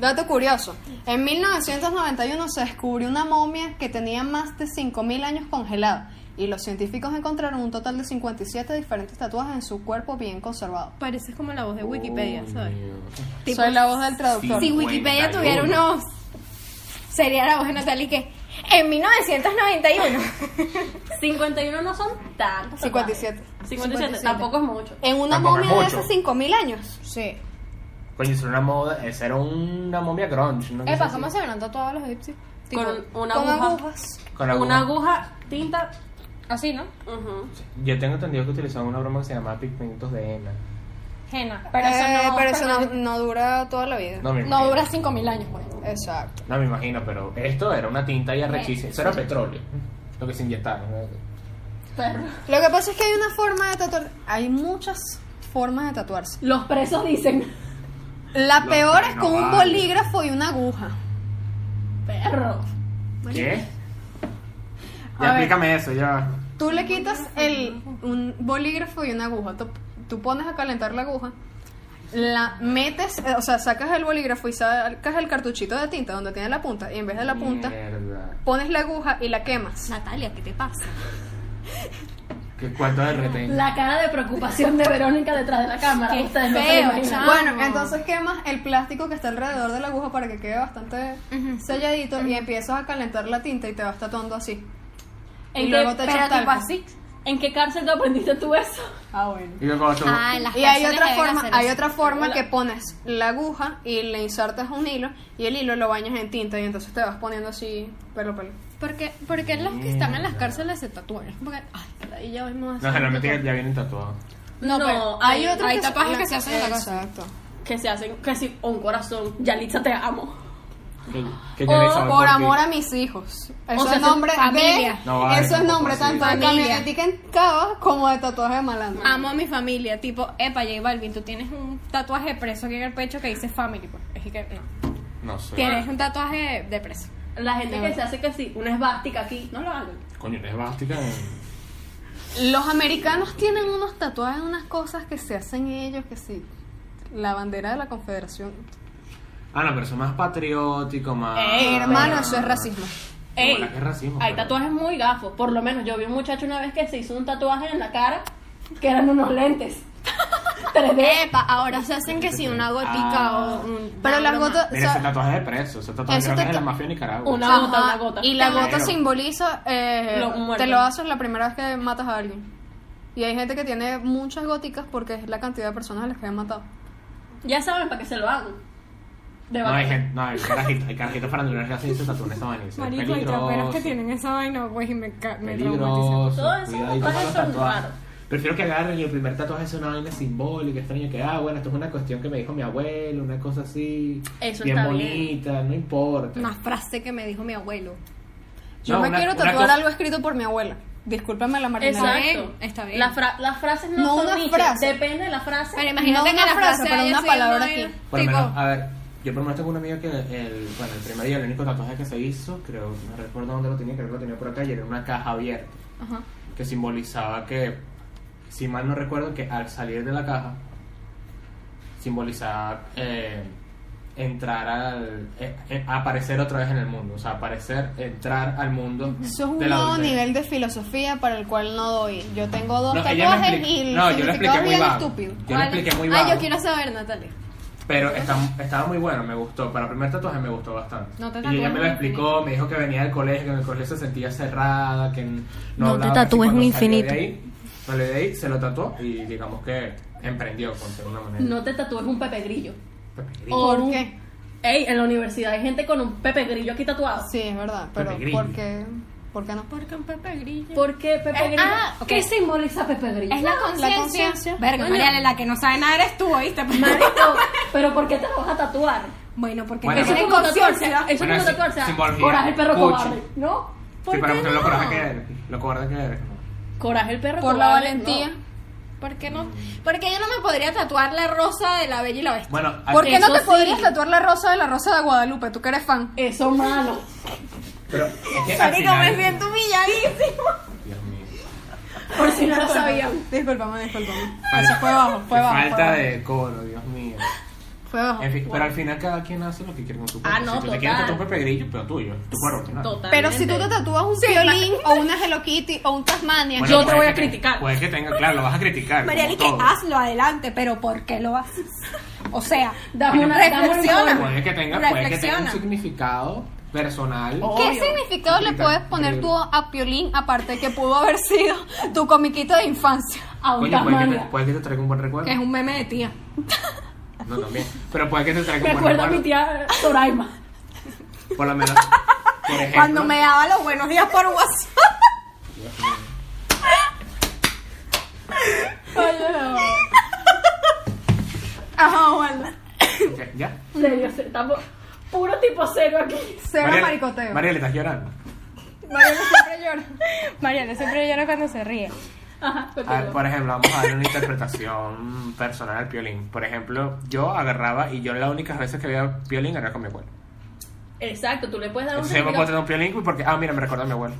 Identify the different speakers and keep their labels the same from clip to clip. Speaker 1: Dato curioso, en 1991 se descubrió una momia que tenía más de 5.000 años congelada y los científicos encontraron un total de 57 diferentes tatuajes en su cuerpo bien conservado.
Speaker 2: Pareces como la voz de Wikipedia, ¿sabes? Tipo,
Speaker 1: Soy la voz del traductor.
Speaker 2: Si Wikipedia
Speaker 3: 51.
Speaker 2: tuviera una voz, sería la voz de Natalie que en 1991.
Speaker 4: 51 no son tantos.
Speaker 1: 57.
Speaker 4: 57, tampoco es mucho.
Speaker 1: En una
Speaker 3: Tampoco es
Speaker 1: momia de
Speaker 3: mucho.
Speaker 1: hace 5.000 años.
Speaker 2: Sí.
Speaker 3: Coño, eso era una moda, esa era una momia grunge, ¿no?
Speaker 2: Epa, ¿cómo se verán tatuados los egipcios? Tipo,
Speaker 4: Con una
Speaker 1: Con
Speaker 4: aguja.
Speaker 1: agujas.
Speaker 3: Con alguna-
Speaker 4: Una aguja, tinta.
Speaker 2: así, ¿no?
Speaker 4: ujú.
Speaker 3: Yo tengo entendido que utilizaban una broma que se llamaba pigmentos de henna.
Speaker 2: Jena.
Speaker 1: Pero eso, no, Eh, pero eso no,
Speaker 2: perdón.
Speaker 1: no dura toda la vida.
Speaker 3: No me
Speaker 2: No
Speaker 3: imagino.
Speaker 2: dura 5000 años, pues.
Speaker 1: Exacto.
Speaker 3: No me imagino, pero esto era una tinta y arrechísima. Eso era petróleo, lo que se inyectaron.
Speaker 1: Lo que pasa es que hay una forma de tatuar. Hay muchas formas de tatuarse.
Speaker 4: Los presos dicen,
Speaker 1: La
Speaker 3: Los
Speaker 1: peor es con un
Speaker 3: carnavales.
Speaker 1: bolígrafo y una aguja.
Speaker 4: perro.
Speaker 3: ¿Qué?
Speaker 1: pues. A
Speaker 3: Ya
Speaker 1: ver.
Speaker 3: explícame eso, ya.
Speaker 1: Tú le quitas el, un bolígrafo y una aguja. Tú, tú pones a calentar la aguja, la metes, eh, o sea, sacas el bolígrafo y sacas el cartuchito de tinta donde tiene la punta. Y en vez de la punta,
Speaker 3: Mierda.
Speaker 1: pones la aguja y la quemas.
Speaker 4: Natalia, ¿qué te pasa?
Speaker 3: ¿Qué cuánto de retén?
Speaker 4: La cara de preocupación de Verónica detrás de la cámara.
Speaker 2: Qué
Speaker 4: Ustedes no se
Speaker 2: feo,
Speaker 4: lo imaginan.
Speaker 2: chamo.
Speaker 1: Bueno, entonces quemas el plástico que está alrededor de la aguja para que quede bastante selladito y empiezas a calentar la tinta y te vas tatuando así.
Speaker 4: ¿En
Speaker 1: y
Speaker 4: qué,
Speaker 1: luego te echas
Speaker 4: espera, tipo
Speaker 1: talco.
Speaker 4: así? ¿En qué cárcel tú aprendiste tú eso?
Speaker 1: Ah, bueno.
Speaker 3: Y luego tú.
Speaker 5: Ah, en las
Speaker 1: Y hay
Speaker 5: cárceles
Speaker 1: otra
Speaker 5: deben
Speaker 1: forma,
Speaker 5: hacer
Speaker 1: hay
Speaker 5: eso.
Speaker 1: otra forma que pones la aguja y le insertas un hilo y el hilo lo bañas en tinta y entonces te vas poniendo así pelo a pelo.
Speaker 2: ¿Por qué, por qué los que están en las cárceles se tatúan? Es como que, ay, ahí ya vemos.
Speaker 3: No, generalmente ya vienen tatuados.
Speaker 2: No,
Speaker 4: pues.
Speaker 2: pero hay otros hay tatuajes que se hacen en la casa.
Speaker 1: Exacto.
Speaker 4: ah, Que se hacen, que si oh, un corazón. Yalitza, te amo.
Speaker 3: Que- que yo
Speaker 1: O
Speaker 3: ni sabe
Speaker 1: por,
Speaker 3: qué.
Speaker 1: amor a mis hijos. Eso
Speaker 2: sea,
Speaker 1: es nombre de
Speaker 2: familia.
Speaker 3: No, vale,
Speaker 1: eso es
Speaker 3: tampoco
Speaker 1: nombre
Speaker 3: así.
Speaker 1: tanto de
Speaker 2: Familia. Ah.
Speaker 1: camionetica en cava como de tatuaje de malandro.
Speaker 2: Amo a mi familia, tipo, epa, J Balvin, tú tienes un tatuaje preso aquí en el pecho que dice family, pues. Es que, no.
Speaker 3: No sé.
Speaker 2: Tienes un tatuaje de preso.
Speaker 4: La gente que se hace que sí, una esvástica aquí, no lo hagan.
Speaker 3: Coño, es bástica.
Speaker 1: Los americanos tienen unos tatuajes, unas cosas que se hacen ellos que sí. La bandera de la Confederación.
Speaker 3: Ah, no, pero eso es más patriótico, más.
Speaker 2: Eh,
Speaker 4: Ey,
Speaker 1: Hermano, eso es racismo.
Speaker 4: Ey,
Speaker 3: Hola, qué racismo,
Speaker 4: hay
Speaker 3: pero-
Speaker 4: tatuajes muy gafos. Por lo menos yo vi un muchacho una vez que se hizo un tatuaje en la cara que eran unos lentes. 3D.
Speaker 5: Epa, ahora se hacen que si una gotica
Speaker 3: Ah.
Speaker 5: o un.
Speaker 1: Pero las
Speaker 5: broma.
Speaker 1: gotas. o
Speaker 3: Mira,
Speaker 1: sea,
Speaker 3: ese tatuaje de preso. Ese tatuaje
Speaker 1: Eso
Speaker 3: creo que
Speaker 1: te-
Speaker 3: es de la mafia de Nicaragua.
Speaker 4: Una-
Speaker 1: Ajá,
Speaker 4: gota, una gota.
Speaker 1: Y la
Speaker 3: Claro.
Speaker 1: gota simboliza, eh,
Speaker 4: Lo- un muerto.
Speaker 1: te lo haces la primera vez que matas a alguien. Y hay gente que tiene muchas góticas porque es la cantidad de personas a las que han matado.
Speaker 4: Ya saben para qué se lo hagan. De
Speaker 3: No, hay
Speaker 4: vaca.
Speaker 3: gente, no, hay carajitos, hay carajitos faranduleros que hacen ese tatuaje en esa vaina. Eso es peligroso.
Speaker 2: esa vaina, güey, y me, ca- me
Speaker 3: Peligroso.
Speaker 4: Todos esos
Speaker 3: Cuidadito con
Speaker 4: tatuajes
Speaker 3: los
Speaker 4: son
Speaker 3: tatuajes.
Speaker 4: raros.
Speaker 3: Prefiero que agarren y el primer tatuaje es una vaina simbólica, extraño que, ah, bueno, esto es una cuestión que me dijo mi abuelo, una cosa así,
Speaker 4: Eso
Speaker 3: bien
Speaker 4: está bien.
Speaker 3: bonita, no importa.
Speaker 2: Una frase que me dijo mi abuelo.
Speaker 1: Yo
Speaker 3: No,
Speaker 1: me
Speaker 3: una-
Speaker 1: quiero
Speaker 3: una
Speaker 1: tatuar
Speaker 3: cosa-
Speaker 1: algo escrito por mi abuela. Discúlpame la marginalidad.
Speaker 4: Exacto.
Speaker 2: está bien.
Speaker 4: La fra- las frases no,
Speaker 1: No
Speaker 4: son
Speaker 1: una
Speaker 4: niche,
Speaker 1: frase.
Speaker 4: Depende de la frase.
Speaker 2: Pero imagínate
Speaker 1: No
Speaker 2: que
Speaker 1: una
Speaker 2: la
Speaker 1: frase,
Speaker 2: frase,
Speaker 1: pero
Speaker 2: haya
Speaker 1: una
Speaker 2: sido
Speaker 1: palabra
Speaker 2: vaina,
Speaker 1: aquí.
Speaker 3: Por lo
Speaker 2: tipo,
Speaker 3: menos, ah, a ver, yo por lo menos tengo un amigo que el, bueno, el primer y el único tatuaje que se hizo, creo, no recuerdo dónde lo tenía, creo que lo tenía por acá y era una caja abierta, que simbolizaba que, si mal no recuerdo, que al salir de la caja, simbolizaba eh, entrar al, eh, eh, aparecer otra vez en el mundo, o sea, aparecer, entrar al mundo.
Speaker 1: Eso es un
Speaker 3: de la
Speaker 1: nuevo
Speaker 3: adultez.
Speaker 1: nivel de filosofía para el cual no doy. Yo tengo dos
Speaker 3: No, ella me
Speaker 1: tatuajes
Speaker 3: explicó-
Speaker 1: y el
Speaker 3: no, yo
Speaker 1: significado
Speaker 3: lo expliqué
Speaker 1: es
Speaker 3: muy
Speaker 1: bien
Speaker 3: vago.
Speaker 1: estúpido.
Speaker 3: Yo lo
Speaker 2: ¿cuál?
Speaker 3: expliqué muy
Speaker 2: Ay,
Speaker 3: vago.
Speaker 2: yo quiero saber, Natalia.
Speaker 3: Pero está- estaba muy bueno, me gustó. Para el primer tatuaje me gustó bastante.
Speaker 2: No te
Speaker 3: y ella me lo
Speaker 2: tatúes
Speaker 3: explicó, me dijo que venía del colegio, que en el colegio se sentía cerrada, que n-
Speaker 5: No te
Speaker 3: hablaba casi
Speaker 5: tatúes
Speaker 3: cuando
Speaker 5: un
Speaker 3: salió de
Speaker 5: infinito.
Speaker 3: ahí. Salió de ahí, se lo tatuó y digamos que emprendió, por decirlo de una manera. Pues,
Speaker 4: No te tatúes un pepe grillo.
Speaker 3: Pepe Grillo.
Speaker 4: O
Speaker 1: ¿Por
Speaker 4: un-
Speaker 1: qué?
Speaker 4: Ey, en la universidad hay gente con un pepe grillo aquí tatuado.
Speaker 1: Sí, es verdad. Pero
Speaker 3: Pepe Grillo.
Speaker 1: ¿por qué, ¿por qué no?
Speaker 2: Porque un pepe grillo.
Speaker 4: ¿Por qué pepe
Speaker 2: Eh,
Speaker 4: grillo?
Speaker 2: ah, ok.
Speaker 4: ¿Qué simboliza pepe grillo?
Speaker 2: Es la
Speaker 1: No, la
Speaker 2: conciencia.
Speaker 1: conciencia.
Speaker 2: Verga,
Speaker 4: Coño.
Speaker 2: Mariale, la que no sabe nada eres tú, ¿oíste?
Speaker 4: Marico, pero ¿por qué te lo vas a tatuar?
Speaker 2: Bueno, porque
Speaker 3: Bueno,
Speaker 2: no
Speaker 4: eso es
Speaker 2: tienen
Speaker 4: como tatuarse.
Speaker 2: conciencia.
Speaker 4: Eso es
Speaker 3: Bueno,
Speaker 4: como
Speaker 3: sí,
Speaker 4: tatuarse.
Speaker 3: simbología.
Speaker 4: Coraje el perro
Speaker 3: Cuchi.
Speaker 4: cobarde. ¿No?
Speaker 3: Sí, para
Speaker 2: qué
Speaker 3: mostrar lo
Speaker 2: no?
Speaker 3: coraje que eres. Lo cobarde que eres.
Speaker 4: Coraje el perro
Speaker 1: Por
Speaker 4: cobarde.
Speaker 1: la valentía.
Speaker 4: no.
Speaker 2: ¿Por qué no? Porque yo no me podría tatuar la rosa de la bella y la bestia.
Speaker 3: Bueno,
Speaker 1: ¿Por qué no
Speaker 4: Eso
Speaker 1: te
Speaker 4: sí.
Speaker 1: podrías tatuar la rosa de la rosa de Guadalupe? Tú que eres fan.
Speaker 4: Eso malo.
Speaker 3: Pero es que al
Speaker 2: Marico, me
Speaker 3: final-
Speaker 2: siento humilladísima.
Speaker 3: Dios mío.
Speaker 4: Por si no lo sabían.
Speaker 1: Disculpame, disculpame. Eso fue bajo, fue bajo.
Speaker 3: Falta
Speaker 1: fue bajo.
Speaker 3: de coro, Dios mío.
Speaker 1: Fue abajo.
Speaker 3: En fin, pero al final cada quien hace lo que quiere con su cuerpo.
Speaker 4: Ah, no,
Speaker 3: si tú te quieres
Speaker 4: total.
Speaker 3: tatuar un pepegrillo, pero tuyo, tu cuerpo, tu nada.
Speaker 1: Pero si tú te tatúas un violín o una Hello Kitty o un Tasmania,
Speaker 3: Bueno,
Speaker 4: Yo te
Speaker 3: puede
Speaker 4: voy a
Speaker 3: que tenga-
Speaker 4: criticar.
Speaker 3: Puede que tenga, claro, lo vas a criticar.
Speaker 2: Mariana,
Speaker 3: como
Speaker 2: y que
Speaker 3: todo.
Speaker 2: hazlo adelante, pero ¿por qué lo haces? O sea,
Speaker 4: Dame una
Speaker 2: Reflexiona.
Speaker 3: Puede que tenga, puede que tenga un
Speaker 2: Reflexiona.
Speaker 3: significado personal.
Speaker 4: Oh.
Speaker 1: ¿Qué
Speaker 4: Obvio.
Speaker 1: significado le
Speaker 3: Increíble,
Speaker 1: puedes poner tú
Speaker 3: increíble.
Speaker 1: a Piolín aparte de que pudo haber sido tu comiquito de infancia?
Speaker 4: A
Speaker 3: Coño,
Speaker 4: un
Speaker 3: puede que, te,
Speaker 4: Tasmania.
Speaker 3: puede que te traiga un buen recuerdo.
Speaker 2: que es un meme de tía.
Speaker 3: No, también. Pero puede que te traiga
Speaker 4: Me
Speaker 3: un buen
Speaker 4: acuerdo a mi
Speaker 3: recuerdo.
Speaker 4: tía Soraima.
Speaker 3: Por lo menos. Por ejemplo,
Speaker 2: Cuando me daba los buenos días por WhatsApp. Ajá, bueno.
Speaker 3: Ok, ¿Ya?
Speaker 4: Serio, se- estamos puro tipo cero aquí.
Speaker 1: Cero
Speaker 3: Mariel-
Speaker 1: maricoteo.
Speaker 3: Mariel, estás llorando.
Speaker 1: Mariela siempre llora.
Speaker 2: Mariana siempre llora cuando se ríe.
Speaker 4: Ajá,
Speaker 3: A ver,
Speaker 4: continúa.
Speaker 3: por ejemplo, vamos a dar una interpretación personal al piolín. Por ejemplo, yo agarraba y yo las únicas veces que veía piolín era con mi abuelo.
Speaker 4: Exacto, tú le puedes dar un
Speaker 3: Entonces yo me puedo
Speaker 4: significado.
Speaker 3: tener un piolín porque, ah, mira, me recuerda a mi abuelo.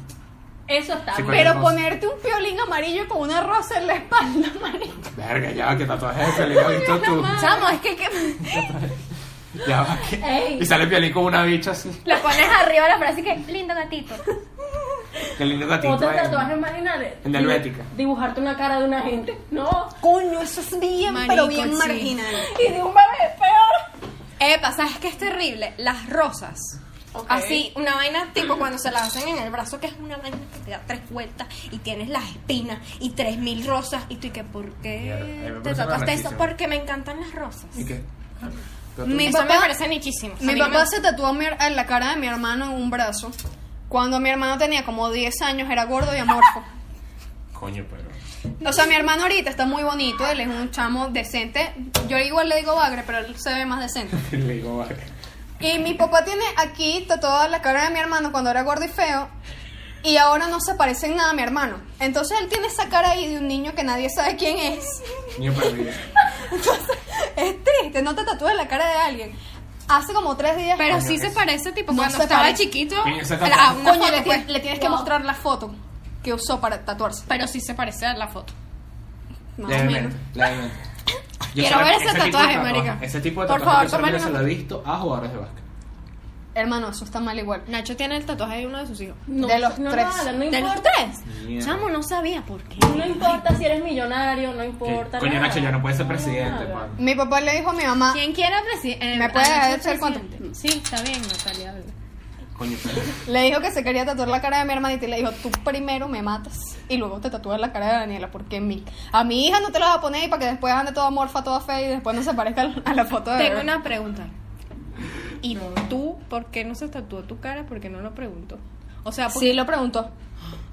Speaker 4: Eso está
Speaker 3: Sí,
Speaker 4: bien.
Speaker 3: cualquier
Speaker 1: Pero
Speaker 3: cosa.
Speaker 1: ponerte un Piolín amarillo con una rosa en la espalda, marico.
Speaker 3: Verga, ya, que tatuaje de piolín has visto tú.
Speaker 1: Chamo, es que, que-
Speaker 3: Ya va que-
Speaker 4: Ey.
Speaker 3: Y sale piolín con una bicha así.
Speaker 5: Le pones arriba la frase que lindo gatito.
Speaker 3: Qué lindo gatito.
Speaker 4: Otro
Speaker 3: eh.
Speaker 4: tatuaje marginal.
Speaker 3: En la Helvética.
Speaker 4: Dibujarte una cara de una gente. No.
Speaker 1: coño, eso es bien, pero
Speaker 2: Marico,
Speaker 1: bien
Speaker 2: sí.
Speaker 1: marginal.
Speaker 4: Y de un bebé peor.
Speaker 2: Epa, ¿sabes qué es terrible? Las rosas.
Speaker 4: Ok.
Speaker 2: Así, una vaina tipo cuando se las hacen en el brazo, que es una vaina que te da tres vueltas y tienes las espinas y tres mil rosas. Y tú, ¿y que por
Speaker 3: Mierda, a mí me
Speaker 2: qué te
Speaker 3: parece
Speaker 2: trataste eso?
Speaker 3: arrechísimo.
Speaker 2: Porque me encantan las rosas.
Speaker 3: ¿Y qué?
Speaker 1: Mi
Speaker 2: eso
Speaker 1: papá-
Speaker 2: me parece nichísimo. A
Speaker 1: Mi
Speaker 2: mí
Speaker 1: papá
Speaker 2: me-
Speaker 1: se tatuó mi- en la cara de mi hermano en un brazo. Cuando mi hermano tenía como 10 años, era gordo y amorfo.
Speaker 3: Coño, pero.
Speaker 1: O sea, mi hermano ahorita está muy bonito, él es un chamo decente. Yo igual le digo bagre, pero él se ve más decente.
Speaker 3: Le digo, vale.
Speaker 1: Y mi papá tiene aquí tatuada la cara de mi hermano cuando era gordo y feo. Y ahora no se parece en nada a mi hermano. Entonces él tiene esa cara ahí de un niño que nadie sabe quién es.
Speaker 3: Niño perdido.
Speaker 1: Es triste, no te tatúes la cara de alguien. Hace como tres días.
Speaker 2: Pero
Speaker 3: Coño,
Speaker 2: sí se
Speaker 3: eso.
Speaker 2: parece, tipo,
Speaker 1: No
Speaker 2: cuando
Speaker 1: se
Speaker 2: estaba
Speaker 1: parece.
Speaker 2: chiquito.
Speaker 3: Coño, esa
Speaker 2: era-
Speaker 3: tatuaje.
Speaker 2: ah, una
Speaker 1: coño,
Speaker 2: foto,
Speaker 1: le,
Speaker 2: pues.
Speaker 1: tienes- le tienes que
Speaker 4: Wow.
Speaker 1: mostrar la foto que usó para tatuarse.
Speaker 2: Pero sí se parece a la foto.
Speaker 1: Más o menos.
Speaker 3: Levemente, levemente. Yo
Speaker 1: Quiero
Speaker 3: solo-
Speaker 1: ver ese
Speaker 3: tipo de
Speaker 1: tatuaje,
Speaker 3: tatuaje,
Speaker 1: marica.
Speaker 3: Ese tipo de
Speaker 1: Por
Speaker 3: tatuaje
Speaker 1: favor,
Speaker 3: yo solamente
Speaker 1: tómale
Speaker 3: se lo he visto a jugadores de básquet.
Speaker 1: Hermano, eso está mal igual.
Speaker 2: Nacho tiene el tatuaje de uno de sus hijos.
Speaker 4: No,
Speaker 1: De los
Speaker 4: no,
Speaker 1: tres.
Speaker 4: nada, no
Speaker 2: ¿De los
Speaker 4: importa.
Speaker 2: tres?
Speaker 3: Mierda.
Speaker 2: Chamo, no sabía por qué.
Speaker 4: No importa si eres millonario, no importa.
Speaker 3: Coño,
Speaker 4: nada.
Speaker 3: Nacho ya no puede ser presidente,
Speaker 4: Nada.
Speaker 3: Juan.
Speaker 1: Mi papá le dijo a mi mamá,
Speaker 2: ¿Quién eh, quiera presidente?
Speaker 1: ¿Me puede dejar echar el cuento?
Speaker 2: Sí, está bien, Natalia. habla.
Speaker 3: Coño, pero-
Speaker 1: le dijo que se quería tatuar la cara de mi hermanita y le dijo, tú primero me matas y luego te tatúas la cara de Daniela, porque en mí. A mi hija no te la vas a poner y para que después ande toda morfa, toda fea y después no se parezca a la- a la foto de
Speaker 2: Tengo
Speaker 1: bebé".
Speaker 2: una pregunta. ¿Y tú por qué no se tatuó tu cara? ¿Por qué no lo preguntó? O sea, porque
Speaker 1: Sí lo preguntó,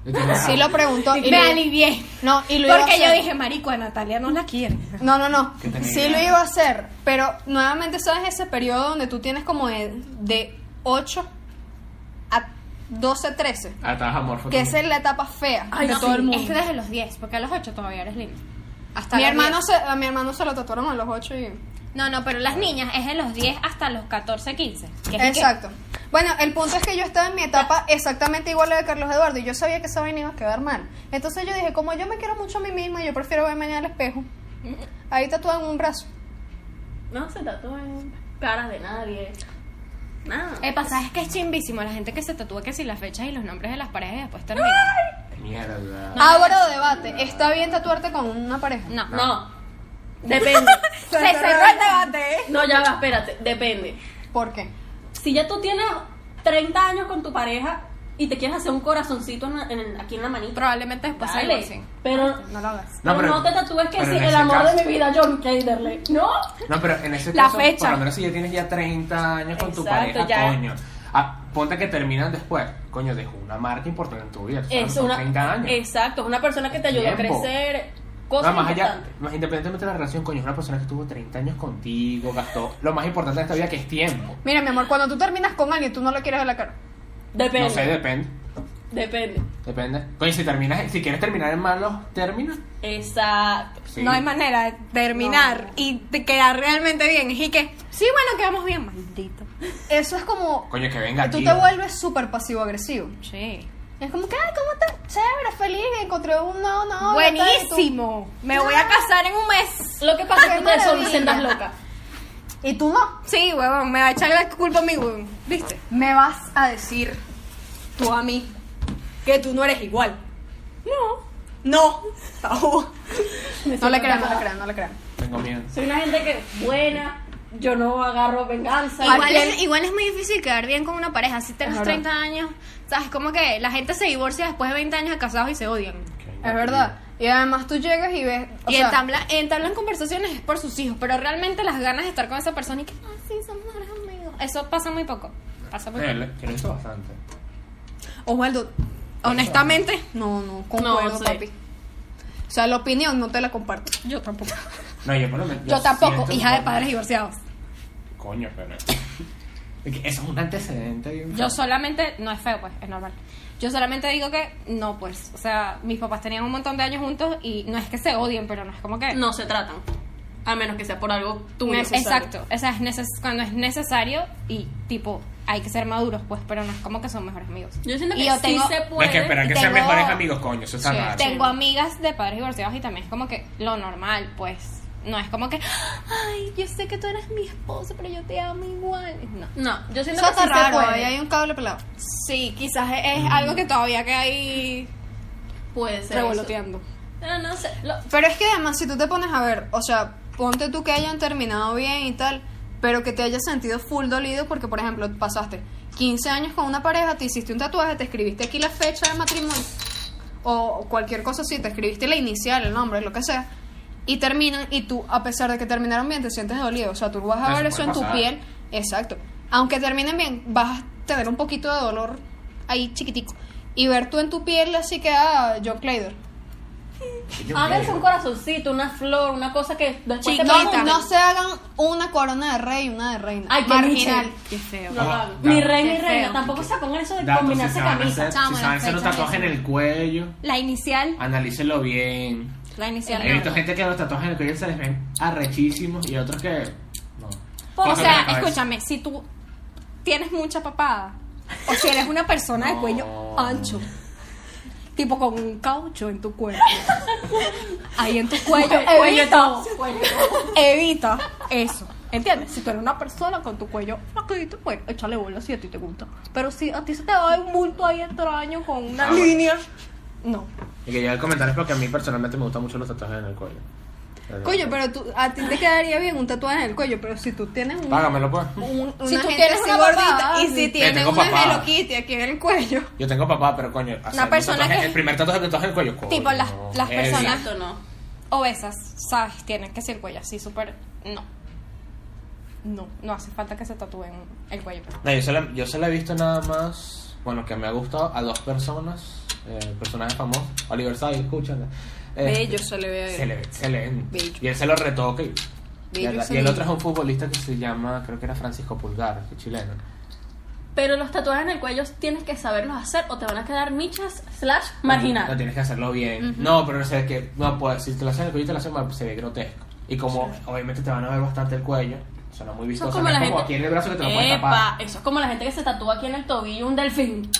Speaker 3: Entonces,
Speaker 1: sí lo preguntó. Y
Speaker 2: me
Speaker 1: lo-
Speaker 2: alivié.
Speaker 1: No, y lo iba a
Speaker 2: Porque yo
Speaker 1: hacer.
Speaker 2: dije, marico, a Natalia no la quiere.
Speaker 1: No, no, no.
Speaker 3: Que tenía
Speaker 1: Sí
Speaker 3: idea.
Speaker 1: lo iba a hacer, pero nuevamente sabes ese periodo donde tú tienes como de, de 8 a 12, 13,
Speaker 3: Ah, estabas amorfo.
Speaker 1: que
Speaker 3: tú.
Speaker 1: esa es la etapa fea
Speaker 2: Ay,
Speaker 1: de
Speaker 2: no,
Speaker 1: todo el
Speaker 2: sí, este
Speaker 1: mundo.
Speaker 2: Es que desde los 10, porque a los 8 todavía eres linda. Hasta
Speaker 1: mi
Speaker 2: los
Speaker 1: hermano se, a mi hermano se lo tatuaron a los 8 y
Speaker 2: 10. No, no, pero las niñas es de los 10 hasta los 14, 15. que es que-
Speaker 1: Exacto. Bueno, el punto es que yo estaba en mi etapa exactamente igual a la de Carlos Eduardo y yo sabía que esa vaina iba a quedar mal. Entonces yo dije, como yo me quiero mucho a mí misma, yo prefiero verme en el espejo. Ahí tatuado en un brazo.
Speaker 4: No se tatúen caras de nadie. Nada.
Speaker 2: El pasaje es que es chimbísimo la gente que se tatúa que si las fechas y los nombres de las parejas y después termina.
Speaker 3: Mierda.
Speaker 1: Abro debate. ¿Está bien tatuarte con una pareja?
Speaker 2: No.
Speaker 4: No. Depende.
Speaker 2: Se cerró el debate.
Speaker 4: No, ya va, espérate. Depende.
Speaker 1: ¿Por qué?
Speaker 4: Si ya tú tienes 30 años con tu pareja y te quieres hacer un corazoncito en la- en- aquí en la manita.
Speaker 2: Probablemente después se
Speaker 4: dale,
Speaker 2: divorcien.
Speaker 4: Pero,
Speaker 2: No lo hagas.
Speaker 4: pero
Speaker 3: No, pero-
Speaker 4: no te tatúes que
Speaker 3: pero
Speaker 4: sí,
Speaker 3: en
Speaker 4: el
Speaker 3: ese
Speaker 4: amor de
Speaker 3: caso-
Speaker 4: mi vida, John Kenderle. No.
Speaker 3: No, pero en ese
Speaker 2: La
Speaker 3: caso,
Speaker 2: fecha.
Speaker 3: por lo menos si ya tienes ya 30 años con tu
Speaker 4: Exacto,
Speaker 3: pareja,
Speaker 4: ya.
Speaker 3: coño. Ah, ponte que terminan después. Coño, dejó una marca importante en tu vida. ¿sabes?
Speaker 4: Es
Speaker 3: Son
Speaker 4: una,
Speaker 3: 30 años.
Speaker 4: Exacto, es una persona que te ayudó a
Speaker 3: Tiempo.
Speaker 4: crecer.
Speaker 3: Nada
Speaker 4: Cosas
Speaker 3: más allá,
Speaker 4: importantes.
Speaker 3: más independientemente de la relación, coño, es una persona que estuvo 30 años contigo, gastó lo más importante de esta vida que es tiempo.
Speaker 1: Mira, mi amor, cuando tú terminas con alguien, tú no le quieres ver la cara.
Speaker 4: Depende.
Speaker 3: No sé, depende.
Speaker 4: Depende.
Speaker 3: Depende. Coño, si terminas, si quieres terminar en malos términos,
Speaker 4: Exacto.
Speaker 3: sí.
Speaker 2: No hay manera de terminar y de quedar realmente bien. Y que, sí, bueno, quedamos bien. Maldito.
Speaker 1: Eso es como...
Speaker 3: Coño, que venga
Speaker 1: tú
Speaker 3: aquí.
Speaker 1: te vuelves súper pasivo-agresivo.
Speaker 2: Sí.
Speaker 1: Es como que, ay, ¿cómo estás? Chévere, feliz, encontré un no, no. no, tal, y tú-
Speaker 2: Buenísimo. Me voy a casar en un mes.
Speaker 4: Lo que pasa es que
Speaker 1: Qué
Speaker 4: ustedes son
Speaker 1: maravilla.
Speaker 4: sendas locas.
Speaker 1: Y tú no.
Speaker 2: Sí, huevón, me va a echar la culpa a mí, huevón. ¿Viste?
Speaker 1: Me vas a decir tú a mí que tú no eres igual.
Speaker 4: No.
Speaker 1: No.
Speaker 4: Me
Speaker 1: No le
Speaker 4: siento
Speaker 1: crean, no
Speaker 4: mal.
Speaker 1: le crean, no le crean.
Speaker 3: Tengo miedo.
Speaker 4: Soy una gente que buena, yo no agarro venganza.
Speaker 5: Igual
Speaker 1: Alguien-
Speaker 5: es, igual es muy difícil quedar bien con una pareja. Si tenés
Speaker 4: verdad.
Speaker 5: 30 años, ¿sabes? Como que la gente se divorcia después de 20 años de casados y se odian.
Speaker 1: Es verdad. Y además tú llegas y ves. o
Speaker 5: y
Speaker 1: sea,
Speaker 5: entabla- entablan conversaciones por sus hijos, pero realmente las ganas de estar con esa persona y que, ah, sí, somos mejores amigos. Eso pasa muy poco. Pasa muy poco.
Speaker 3: Creo que bastante.
Speaker 1: Osvaldo,
Speaker 2: Honestamente,
Speaker 1: no, no, concuerdo,
Speaker 4: sí.
Speaker 1: papi. O sea, la opinión no te la comparto.
Speaker 2: yo tampoco.
Speaker 3: No, yo por lo menos.
Speaker 5: Yo tampoco,
Speaker 3: siento-
Speaker 5: hija de padres divorciados.
Speaker 3: Coño, pero. Es que Eso es un antecedente. bien
Speaker 2: Yo
Speaker 3: feo.
Speaker 2: solamente, no es feo, pues, es normal. Yo solamente digo que no, pues. O sea, mis papás tenían un montón de años juntos y no es que se odien, pero no es como que.
Speaker 4: No se tratan. A menos que sea por algo tuyo.
Speaker 2: Exacto. O sea, es neces- cuando es necesario y tipo, hay que ser maduros, pues, pero no es como que son mejores amigos.
Speaker 4: Yo siento que
Speaker 2: Y yo
Speaker 4: sí
Speaker 2: tengo-
Speaker 4: se
Speaker 3: No
Speaker 4: puede.
Speaker 3: es que esperan que
Speaker 2: Tengo-
Speaker 3: sean mejores amigos, coño, eso está
Speaker 2: Sí.
Speaker 3: raro.
Speaker 2: Tengo amigas de padres divorciados y también es como que lo normal, pues. No es como que, ay, yo sé que tú eres mi esposo, pero yo te amo igual. No.
Speaker 4: No, yo
Speaker 1: Eso
Speaker 4: siento que
Speaker 1: está
Speaker 4: sí se
Speaker 1: raro,
Speaker 4: puede.
Speaker 1: ahí hay un cable pelado.
Speaker 2: Sí, quizás es, es algo que todavía que hay
Speaker 4: Puede ser. eso.
Speaker 2: revoloteando.
Speaker 4: No, no sé. Lo-
Speaker 1: Pero es que además, si tú te pones a ver, o sea, ponte tú que hayan terminado bien y tal, pero que te hayas sentido full dolido porque, por ejemplo, pasaste 15 años con una pareja, te hiciste un tatuaje, te escribiste aquí la fecha de matrimonio, o cualquier cosa así, te escribiste la inicial, el nombre, lo que sea, y terminan, y tú, a pesar de que terminaron bien, te sientes dolido. O sea, tú vas a
Speaker 3: Eso
Speaker 1: ver eso
Speaker 3: puede
Speaker 1: en tu
Speaker 3: pasar.
Speaker 1: piel, exacto. Aunque terminen bien, vas a tener un poquito de dolor ahí chiquitico. Y ver tú en tu piel así que, ah, John Clayder.
Speaker 3: Yo
Speaker 4: Háganse
Speaker 3: creo.
Speaker 4: un corazoncito, una flor, una cosa que después te
Speaker 1: No,
Speaker 4: pintan.
Speaker 1: no se hagan una corona de rey y una de reina.
Speaker 4: Ay, qué
Speaker 1: Marginal.
Speaker 4: niche.
Speaker 2: Qué feo.
Speaker 4: No lo
Speaker 3: Ah,
Speaker 4: hagan. Mi
Speaker 3: claro.
Speaker 4: rey, mi
Speaker 5: Qué
Speaker 4: reina.
Speaker 5: feo.
Speaker 4: Tampoco se pongan eso de
Speaker 3: Datos,
Speaker 4: combinarse
Speaker 3: si se van a
Speaker 4: camisas.
Speaker 3: hacer-
Speaker 5: Chamo,
Speaker 3: Si se van a hacer un
Speaker 5: fecha,
Speaker 3: tatuaje en el cuello,
Speaker 2: La inicial,
Speaker 3: analícelo bien.
Speaker 2: la inicial.
Speaker 3: He visto gente que los tatuajes en el cuello se les ven arrechísimos y otros que. No.
Speaker 2: O
Speaker 3: Cosas en la
Speaker 2: sea,
Speaker 3: cabeza.
Speaker 2: escúchame, si tú tienes mucha papada, o si eres una persona de cuello
Speaker 3: No.
Speaker 2: ancho, tipo con un caucho en tu cuerpo, ahí en tu cuello,
Speaker 4: Cuello, cuello
Speaker 2: evita,
Speaker 4: todo. Cuello.
Speaker 2: evita eso. ¿Entiendes? Si tú eres una persona con tu cuello flaquito, pues échale bola si a ti te gusta. Pero si a ti se te va un bulto ahí extraño con una
Speaker 3: Ah, bueno.
Speaker 2: línea, no.
Speaker 3: Y que llegue el comentario es porque a mí personalmente me gustan mucho los tatuajes en el cuello.
Speaker 1: Coño, pero tú, a ti te quedaría bien un tatuaje en el cuello, pero si tú tienes un,
Speaker 3: Págamelo, pues.
Speaker 1: un- una
Speaker 2: Si tú
Speaker 1: gente
Speaker 2: tienes
Speaker 1: así
Speaker 2: una
Speaker 1: gordita
Speaker 2: papada,
Speaker 1: y
Speaker 2: sí.
Speaker 1: si
Speaker 2: Te
Speaker 1: tienes
Speaker 3: tengo
Speaker 1: una
Speaker 3: papada.
Speaker 1: Hello Kitty aquí en el cuello.
Speaker 3: Yo tengo papá, pero coño. hacer un
Speaker 2: persona
Speaker 3: tatuaje-
Speaker 2: que-
Speaker 3: El primer tatuaje que tatuaje en el cuello. coño,
Speaker 2: Tipo, las-
Speaker 3: no.
Speaker 2: las
Speaker 3: Eh,
Speaker 2: personas-
Speaker 4: Exacto, no.
Speaker 2: obesas, ¿sabes? Tienen que ser el cuello así, súper. No. No, no hace falta que se tatúen el cuello.
Speaker 3: No, yo, solo, yo solo he visto nada más, bueno, que me ha gustado a dos personas, eh, personajes famosos, Oliver Sykes, escúchala. Eh,
Speaker 1: Bello se le ve a él.
Speaker 3: Se le ve excelente.
Speaker 1: Bello.
Speaker 3: Y él se lo retoca. Y, y,
Speaker 1: Bello
Speaker 3: el,
Speaker 1: ese
Speaker 3: y el
Speaker 1: niño.
Speaker 3: otro es un futbolista que se llama, creo que era Francisco Pulgar, que es chileno.
Speaker 4: Pero los tatuajes en el cuello tienes que saberlos hacer o te van a quedar michas slash
Speaker 3: No, no
Speaker 4: marginal.
Speaker 3: tienes que hacerlo bien. No, pero no sé, que no, pues, si te lo hacen en el cuello, te lo hacen mal, se ve grotesco. Y como obviamente te van a ver bastante el cuello, suena muy
Speaker 4: Eso
Speaker 3: vistoso.
Speaker 4: es
Speaker 3: no
Speaker 4: como
Speaker 3: es
Speaker 4: la
Speaker 3: como
Speaker 4: gente.
Speaker 3: aquí en el brazo que te lo puedes
Speaker 4: Epa,
Speaker 3: tapar.
Speaker 4: eso es como la gente que se tatúa aquí en el tobillo un delfín.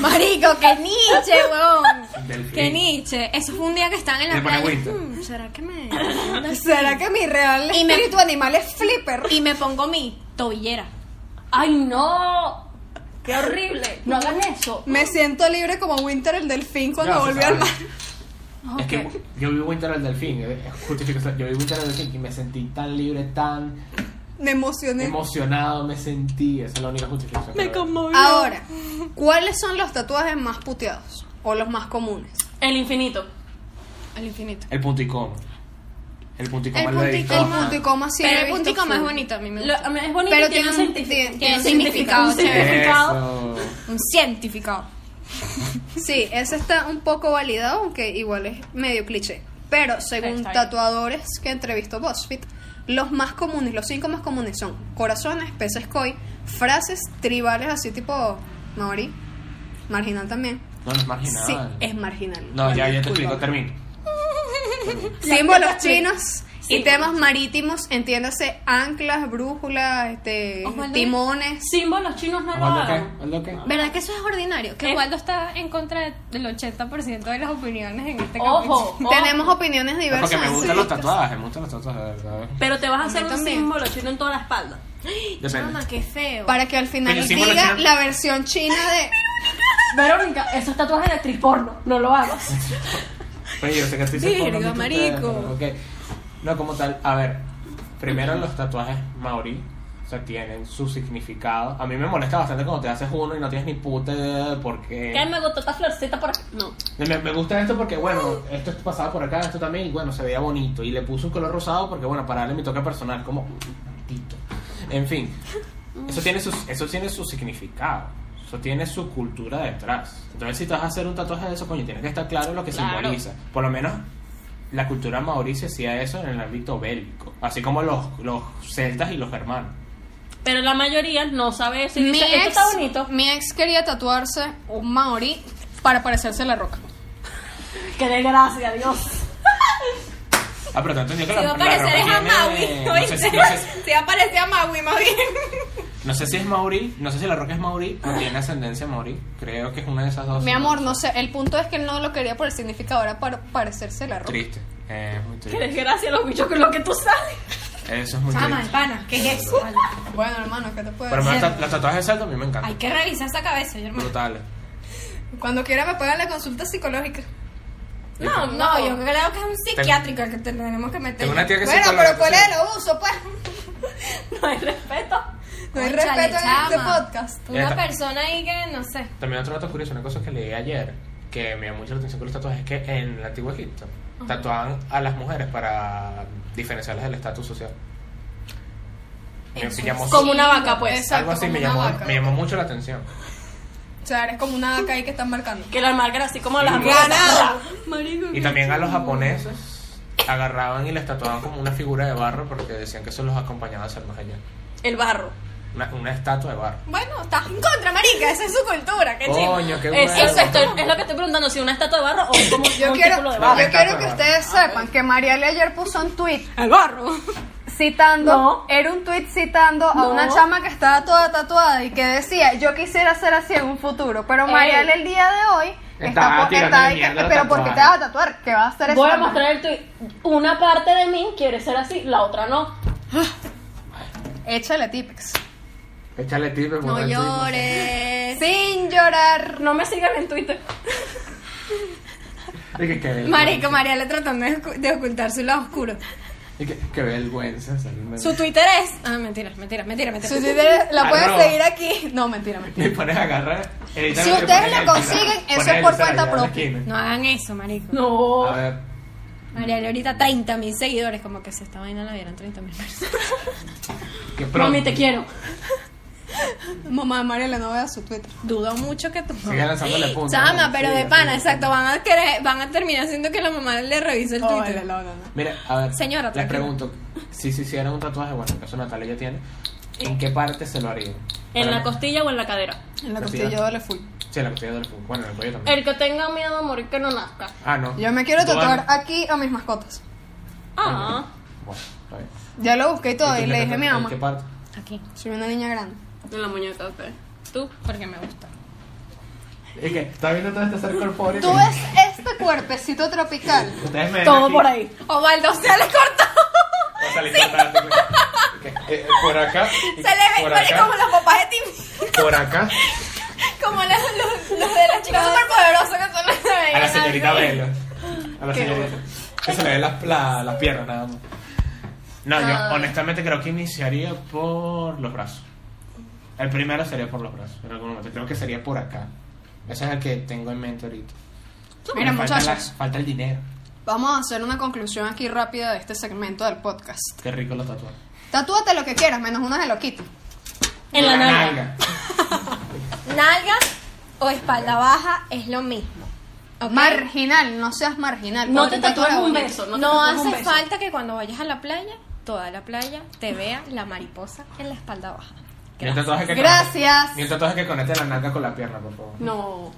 Speaker 2: Marico, que Nietzsche, weón.
Speaker 3: Del
Speaker 2: Que
Speaker 3: fin.
Speaker 2: Nietzsche. Eso fue un día que estaban en
Speaker 3: Le
Speaker 2: la
Speaker 3: pone
Speaker 2: playa.
Speaker 3: agüita.
Speaker 2: "Hmm, ¿Será que me.?
Speaker 1: ¿Será que mi real
Speaker 2: Y me-
Speaker 1: espíritu animal es flipper?
Speaker 2: Y me pongo mi tobillera.
Speaker 4: ¡Ay, no! ¡Qué horrible! No hagan eso.
Speaker 1: Me siento libre como Winter el delfín cuando
Speaker 3: Ya, se
Speaker 1: volví al
Speaker 3: sabe.
Speaker 1: mar.
Speaker 3: Es que yo vi Winter el Delfín, eh, justifico, o sea, yo vi Winter el Delfín y me sentí tan libre, tan
Speaker 1: Me emocioné.
Speaker 3: emocionado, me sentí, esa es la única justificación. que le doy.
Speaker 1: Ahora, ¿cuáles son los tatuajes más puteados? O los más comunes.
Speaker 4: El infinito.
Speaker 2: Al infinito.
Speaker 3: El punto y coma. El punto y coma
Speaker 1: el
Speaker 3: lo he
Speaker 1: puntico,
Speaker 3: visto
Speaker 1: el
Speaker 3: bastante.
Speaker 1: punticoma sí lo
Speaker 2: Pero
Speaker 1: he
Speaker 2: el
Speaker 1: visto
Speaker 2: puntico más
Speaker 1: full.
Speaker 2: bonito a mí me
Speaker 4: Lo-
Speaker 2: gusta.
Speaker 4: a mí es bonito
Speaker 1: Pero
Speaker 4: y tiene,
Speaker 1: tiene un-
Speaker 4: un, cientif-
Speaker 1: tiene-
Speaker 4: tiene
Speaker 1: un
Speaker 4: significado.
Speaker 2: significado chévere.
Speaker 4: significado.
Speaker 3: Eso.
Speaker 2: Un científico.
Speaker 1: Sí, ese está un poco validado, aunque igual es medio cliché. Pero según
Speaker 4: Está bien.
Speaker 1: tatuadores que entrevistó BuzzFeed, los más comunes, los cinco más comunes son corazones, peces koi, frases tribales así tipo Maori, marginal también.
Speaker 3: No, no es
Speaker 1: Sí,
Speaker 3: marginal.
Speaker 1: es marginal.
Speaker 3: No, ya, ya te
Speaker 1: Disculpa.
Speaker 3: explico, termino.
Speaker 1: Símbolos chinos y temas marítimos, entiéndase, anclas, brújulas, este,
Speaker 5: Ojo, el de-
Speaker 1: timones.
Speaker 4: Símbolos chinos no lo
Speaker 3: ¿Ojalá
Speaker 4: hago.
Speaker 3: que? ¿Ojalá que?
Speaker 5: ¿Verdad que eso es ordinario? Que
Speaker 4: ¿Qué?
Speaker 5: Waldo está en contra del 80% de las opiniones en este capítulo.
Speaker 4: Ojo, ojo.
Speaker 1: Tenemos opiniones diversas.
Speaker 3: Porque me
Speaker 1: Sí.
Speaker 3: gustan los tatuajes, me gustan los tatuajes, de verdad.
Speaker 4: Pero te vas a hacer
Speaker 1: mí
Speaker 4: un
Speaker 1: también.
Speaker 4: símbolo chino en toda la espalda.
Speaker 3: Depende.
Speaker 5: Mamá, qué feo.
Speaker 1: Para que al final
Speaker 3: Pero sí, por
Speaker 1: diga
Speaker 3: ejemplo-
Speaker 1: la versión china de...
Speaker 4: Verónica, eso es tatuaje de triporno, no lo hagas.
Speaker 3: Oye, Pues yo sé que estoy
Speaker 1: Virgo,
Speaker 3: sacando mi
Speaker 1: marico.
Speaker 3: tuta, ok. No, como tal, a ver, primero los tatuajes maorí, o sea, tienen su significado. A mí me molesta bastante cuando te haces uno y no tienes ni puta idea de por qué.
Speaker 4: ¿Qué me gustó esta florcita por aquí? No.
Speaker 3: Me, me gusta esto porque, bueno, esto pasaba por acá, esto también, y bueno, se veía bonito. Y le puse un color rosado porque, bueno, para darle mi toque personal, como maldito. En fin, eso tiene, su, eso tiene su significado, eso tiene su cultura detrás. Entonces, si te vas a hacer un tatuaje de eso, coño, tienes que estar claro lo que
Speaker 4: Claro.
Speaker 3: simboliza. Por lo menos, la cultura maorí se hacía eso en el ámbito bélico, así como los, los celtas y los germanos.
Speaker 4: Pero la mayoría no sabe eso y dice, esto está bonito.
Speaker 1: mi ex quería tatuarse un maorí para parecerse a la roca.
Speaker 4: Qué desgracia, Dios.
Speaker 3: Ah, pero te entendió que
Speaker 5: Se va
Speaker 3: la,
Speaker 5: a
Speaker 3: la
Speaker 5: parecer es a
Speaker 3: ropa
Speaker 5: Maui,
Speaker 3: tiene- no sé
Speaker 5: ¿oíste?
Speaker 3: si- no sé si-
Speaker 5: Se va a parecer a Maui, más bien.
Speaker 3: No sé si es Mauri, no sé si la roca es Mauri o tiene ascendencia Mauri. Creo que es una de esas dos.
Speaker 1: Mi amor, no sé, el punto es que él no lo quería por el significado, era para parecerse a la roca.
Speaker 3: Triste. Eh, es muy
Speaker 4: Qué
Speaker 3: triste.
Speaker 4: desgracia los bichos con lo que tú sabes.
Speaker 3: Eso es muy
Speaker 5: Chama,
Speaker 3: triste.
Speaker 5: Ah, pana, ¿qué es eso? Vale.
Speaker 1: Bueno, hermano, ¿qué te puedo
Speaker 3: Pero me
Speaker 1: decir?
Speaker 3: gusta- los tatuajes de salto a mí me
Speaker 5: Hay
Speaker 3: encantan.
Speaker 5: que revisar esa cabeza, yo, hermano.
Speaker 3: Brutales.
Speaker 1: Cuando quiera me pagan la consulta psicológica.
Speaker 5: No, no, yo creo que es un psiquiátrico el que tenemos que meter.
Speaker 3: Tengo una tía que se
Speaker 1: Bueno, pero ¿cuál es el uso, pues?
Speaker 4: No hay respeto.
Speaker 1: No hay
Speaker 5: Cónchale,
Speaker 1: respeto en este
Speaker 5: chama.
Speaker 1: podcast.
Speaker 5: Una
Speaker 3: Esta.
Speaker 5: persona ahí que, no sé.
Speaker 3: También otro dato curioso, una cosa que leí ayer que me llamó mucho la atención con los tatuajes es que en el antiguo Egipto tatuaban a las mujeres para diferenciarlas del estatus social. Me
Speaker 5: Eso
Speaker 3: llamó-
Speaker 5: es
Speaker 4: Como una vaca, pues.
Speaker 1: Exacto,
Speaker 3: algo así
Speaker 1: como
Speaker 3: me
Speaker 1: una
Speaker 3: llamó,
Speaker 1: vaca.
Speaker 3: me llamó mucho la atención.
Speaker 1: O sea, eres como una vaca ahí que están marcando.
Speaker 4: Que la marcan así como las
Speaker 1: ¡Ganado!
Speaker 4: Marico.
Speaker 3: Y también a los japoneses agarraban y les tatuaban como una figura de barro porque decían que eso los acompañaba hacia el más allá.
Speaker 4: El barro.
Speaker 3: Una, una estatua de barro.
Speaker 5: Bueno, estás en contra, marica, esa es su cultura, qué chido.
Speaker 3: Coño, qué bueno.
Speaker 4: Eso, eso estoy- es lo que estoy preguntando, si una estatua de barro o como
Speaker 1: Yo
Speaker 4: un
Speaker 1: quiero,
Speaker 4: título de
Speaker 1: yo
Speaker 4: barro.
Speaker 3: vaca.
Speaker 1: quiero que ustedes sepan que Mariale ayer puso un tweet
Speaker 2: El barro.
Speaker 1: citando,
Speaker 4: No.
Speaker 1: era un tweet citando a
Speaker 4: No.
Speaker 1: una chama que estaba toda tatuada y que decía, yo quisiera ser así en un futuro, pero
Speaker 4: Ey.
Speaker 1: Mariale el día de hoy
Speaker 3: Está
Speaker 1: po-
Speaker 3: tirando
Speaker 1: ahí
Speaker 3: mierda
Speaker 1: que,
Speaker 3: al
Speaker 1: pero ¿por qué te vas a
Speaker 3: tatuaje".
Speaker 1: tatuar? ¿Qué vas a hacer
Speaker 4: Voy
Speaker 1: eso?
Speaker 4: a mostrar el tuit. Una parte de mí quiere ser así, la otra no.
Speaker 1: Échale tipex.
Speaker 3: Échale tipe por
Speaker 5: No
Speaker 3: el tuit, sé.
Speaker 4: Eh,
Speaker 5: llores.
Speaker 1: Sin llorar.
Speaker 4: No me sigan en Twitter.
Speaker 3: Y que, qué vergüenza.
Speaker 5: Marico, Mariale tratando de, ocu- de ocultar su lado oscuro.
Speaker 3: Y que, qué vergüenza. salirme.
Speaker 5: Su Twitter es. Ah, mentira, mentira, mentira, mentira.
Speaker 1: Su Twitter la pueden
Speaker 3: Arroba.
Speaker 1: seguir aquí. No, mentira, mentira.
Speaker 3: Me pones a agarrar. editar
Speaker 1: Si
Speaker 3: lo que
Speaker 1: ustedes
Speaker 3: pones
Speaker 1: lo
Speaker 3: ahí,
Speaker 1: consiguen,
Speaker 3: pones
Speaker 1: eso es
Speaker 3: el
Speaker 1: por
Speaker 3: celular
Speaker 1: cuenta
Speaker 3: en la
Speaker 1: propia.
Speaker 3: esquina.
Speaker 5: No hagan eso, marico.
Speaker 4: No.
Speaker 3: A ver,
Speaker 5: Mariale, ahorita 30 mil seguidores, como que si esta vaina la vieran 30 mil personas.
Speaker 3: que pronto.
Speaker 4: Mami, te quiero.
Speaker 1: Mamá de Mariale no vea su Twitter.
Speaker 5: Dudo mucho que tu
Speaker 3: Sigue lanzándole punta.
Speaker 5: Chama, pero
Speaker 3: Sí,
Speaker 5: de
Speaker 3: sí.
Speaker 5: pana, exacto. Van a, querer- van a terminar siendo que la mamá le revise el
Speaker 1: Oh,
Speaker 5: Twitter.
Speaker 1: vale, no, no, no.
Speaker 3: Mira, a ver.
Speaker 5: Señora,
Speaker 3: Les
Speaker 5: tranquila.
Speaker 3: pregunto, si se hicieran un tatuaje, bueno, en el caso de Natalia ya tiene, ¿en qué parte se lo harían?
Speaker 4: ¿En la
Speaker 3: Para-
Speaker 4: costilla o en la cadera?
Speaker 1: En la
Speaker 3: Pues sí,
Speaker 1: costilla
Speaker 3: ¿no?
Speaker 1: yo le fui.
Speaker 3: Sí, en la costilla del fútbol. Bueno, en el cuello también.
Speaker 4: El que tenga miedo a morir que no nazca.
Speaker 3: Ah, no.
Speaker 1: Yo me quiero
Speaker 3: Tú,
Speaker 1: tatuar
Speaker 3: Ana.
Speaker 1: aquí a mis mascotas.
Speaker 4: Ah.
Speaker 3: Bueno, está bien.
Speaker 1: Ya lo busqué y todo, y
Speaker 3: tú
Speaker 1: le
Speaker 3: qué
Speaker 1: dije a
Speaker 3: tatu-
Speaker 1: mi
Speaker 3: en
Speaker 1: mamá.
Speaker 3: ¿Qué parte?
Speaker 5: Aquí,
Speaker 1: Soy una niña grande.
Speaker 4: En la muñeca, ok. ¿Tú?
Speaker 5: porque me gusta.
Speaker 3: Es que está viendo todo este ser corpóreo.
Speaker 1: Tú
Speaker 3: que-
Speaker 1: ves este cuerpecito tropical.
Speaker 3: Ustedes me ven
Speaker 4: Todo
Speaker 3: aquí.
Speaker 4: por ahí.
Speaker 5: Ovaldo se le cortó.
Speaker 3: O sea, literalmente, que- eh, por acá.
Speaker 5: Se le ve
Speaker 3: por
Speaker 5: marico,
Speaker 3: acá.
Speaker 5: como los papás de Timmy.
Speaker 3: Por acá.
Speaker 5: Como los, los- los de las chicas superpoderosas que son las de
Speaker 3: A la
Speaker 5: Vegas.
Speaker 3: señorita Velo. A la
Speaker 1: Qué
Speaker 3: señorita. Que se le ven las, la- las piernas nada más. No, yo honestamente creo que iniciaría por los brazos. El primero sería por los brazos, en algún momento. Creo que sería por acá. Ese es el que tengo en mente ahorita.
Speaker 1: Mira,
Speaker 3: Me falta,
Speaker 1: muchachos.
Speaker 3: la- falta el dinero.
Speaker 1: Vamos a hacer una conclusión aquí rápida de este segmento del podcast.
Speaker 3: Qué rico los tatuajes.
Speaker 1: Tatúate lo que quieras, menos una de lo quito.
Speaker 4: En la nalga.
Speaker 5: Nalga o espalda baja es lo mismo. ¿ok?
Speaker 1: Marginal, no seas marginal.
Speaker 4: No
Speaker 1: Ponte
Speaker 4: te tatúes
Speaker 1: tatúa
Speaker 4: un
Speaker 1: bonito.
Speaker 4: beso.
Speaker 5: No,
Speaker 4: No, te tatúes un
Speaker 5: hace
Speaker 4: beso.
Speaker 5: falta que cuando vayas a la playa, toda la playa, te vea la mariposa en la espalda baja.
Speaker 3: Ni un tatuaje que
Speaker 1: Gracias.
Speaker 3: conecte- Ni un tatuaje que conecte la nalga con la pierna, por favor.
Speaker 4: No.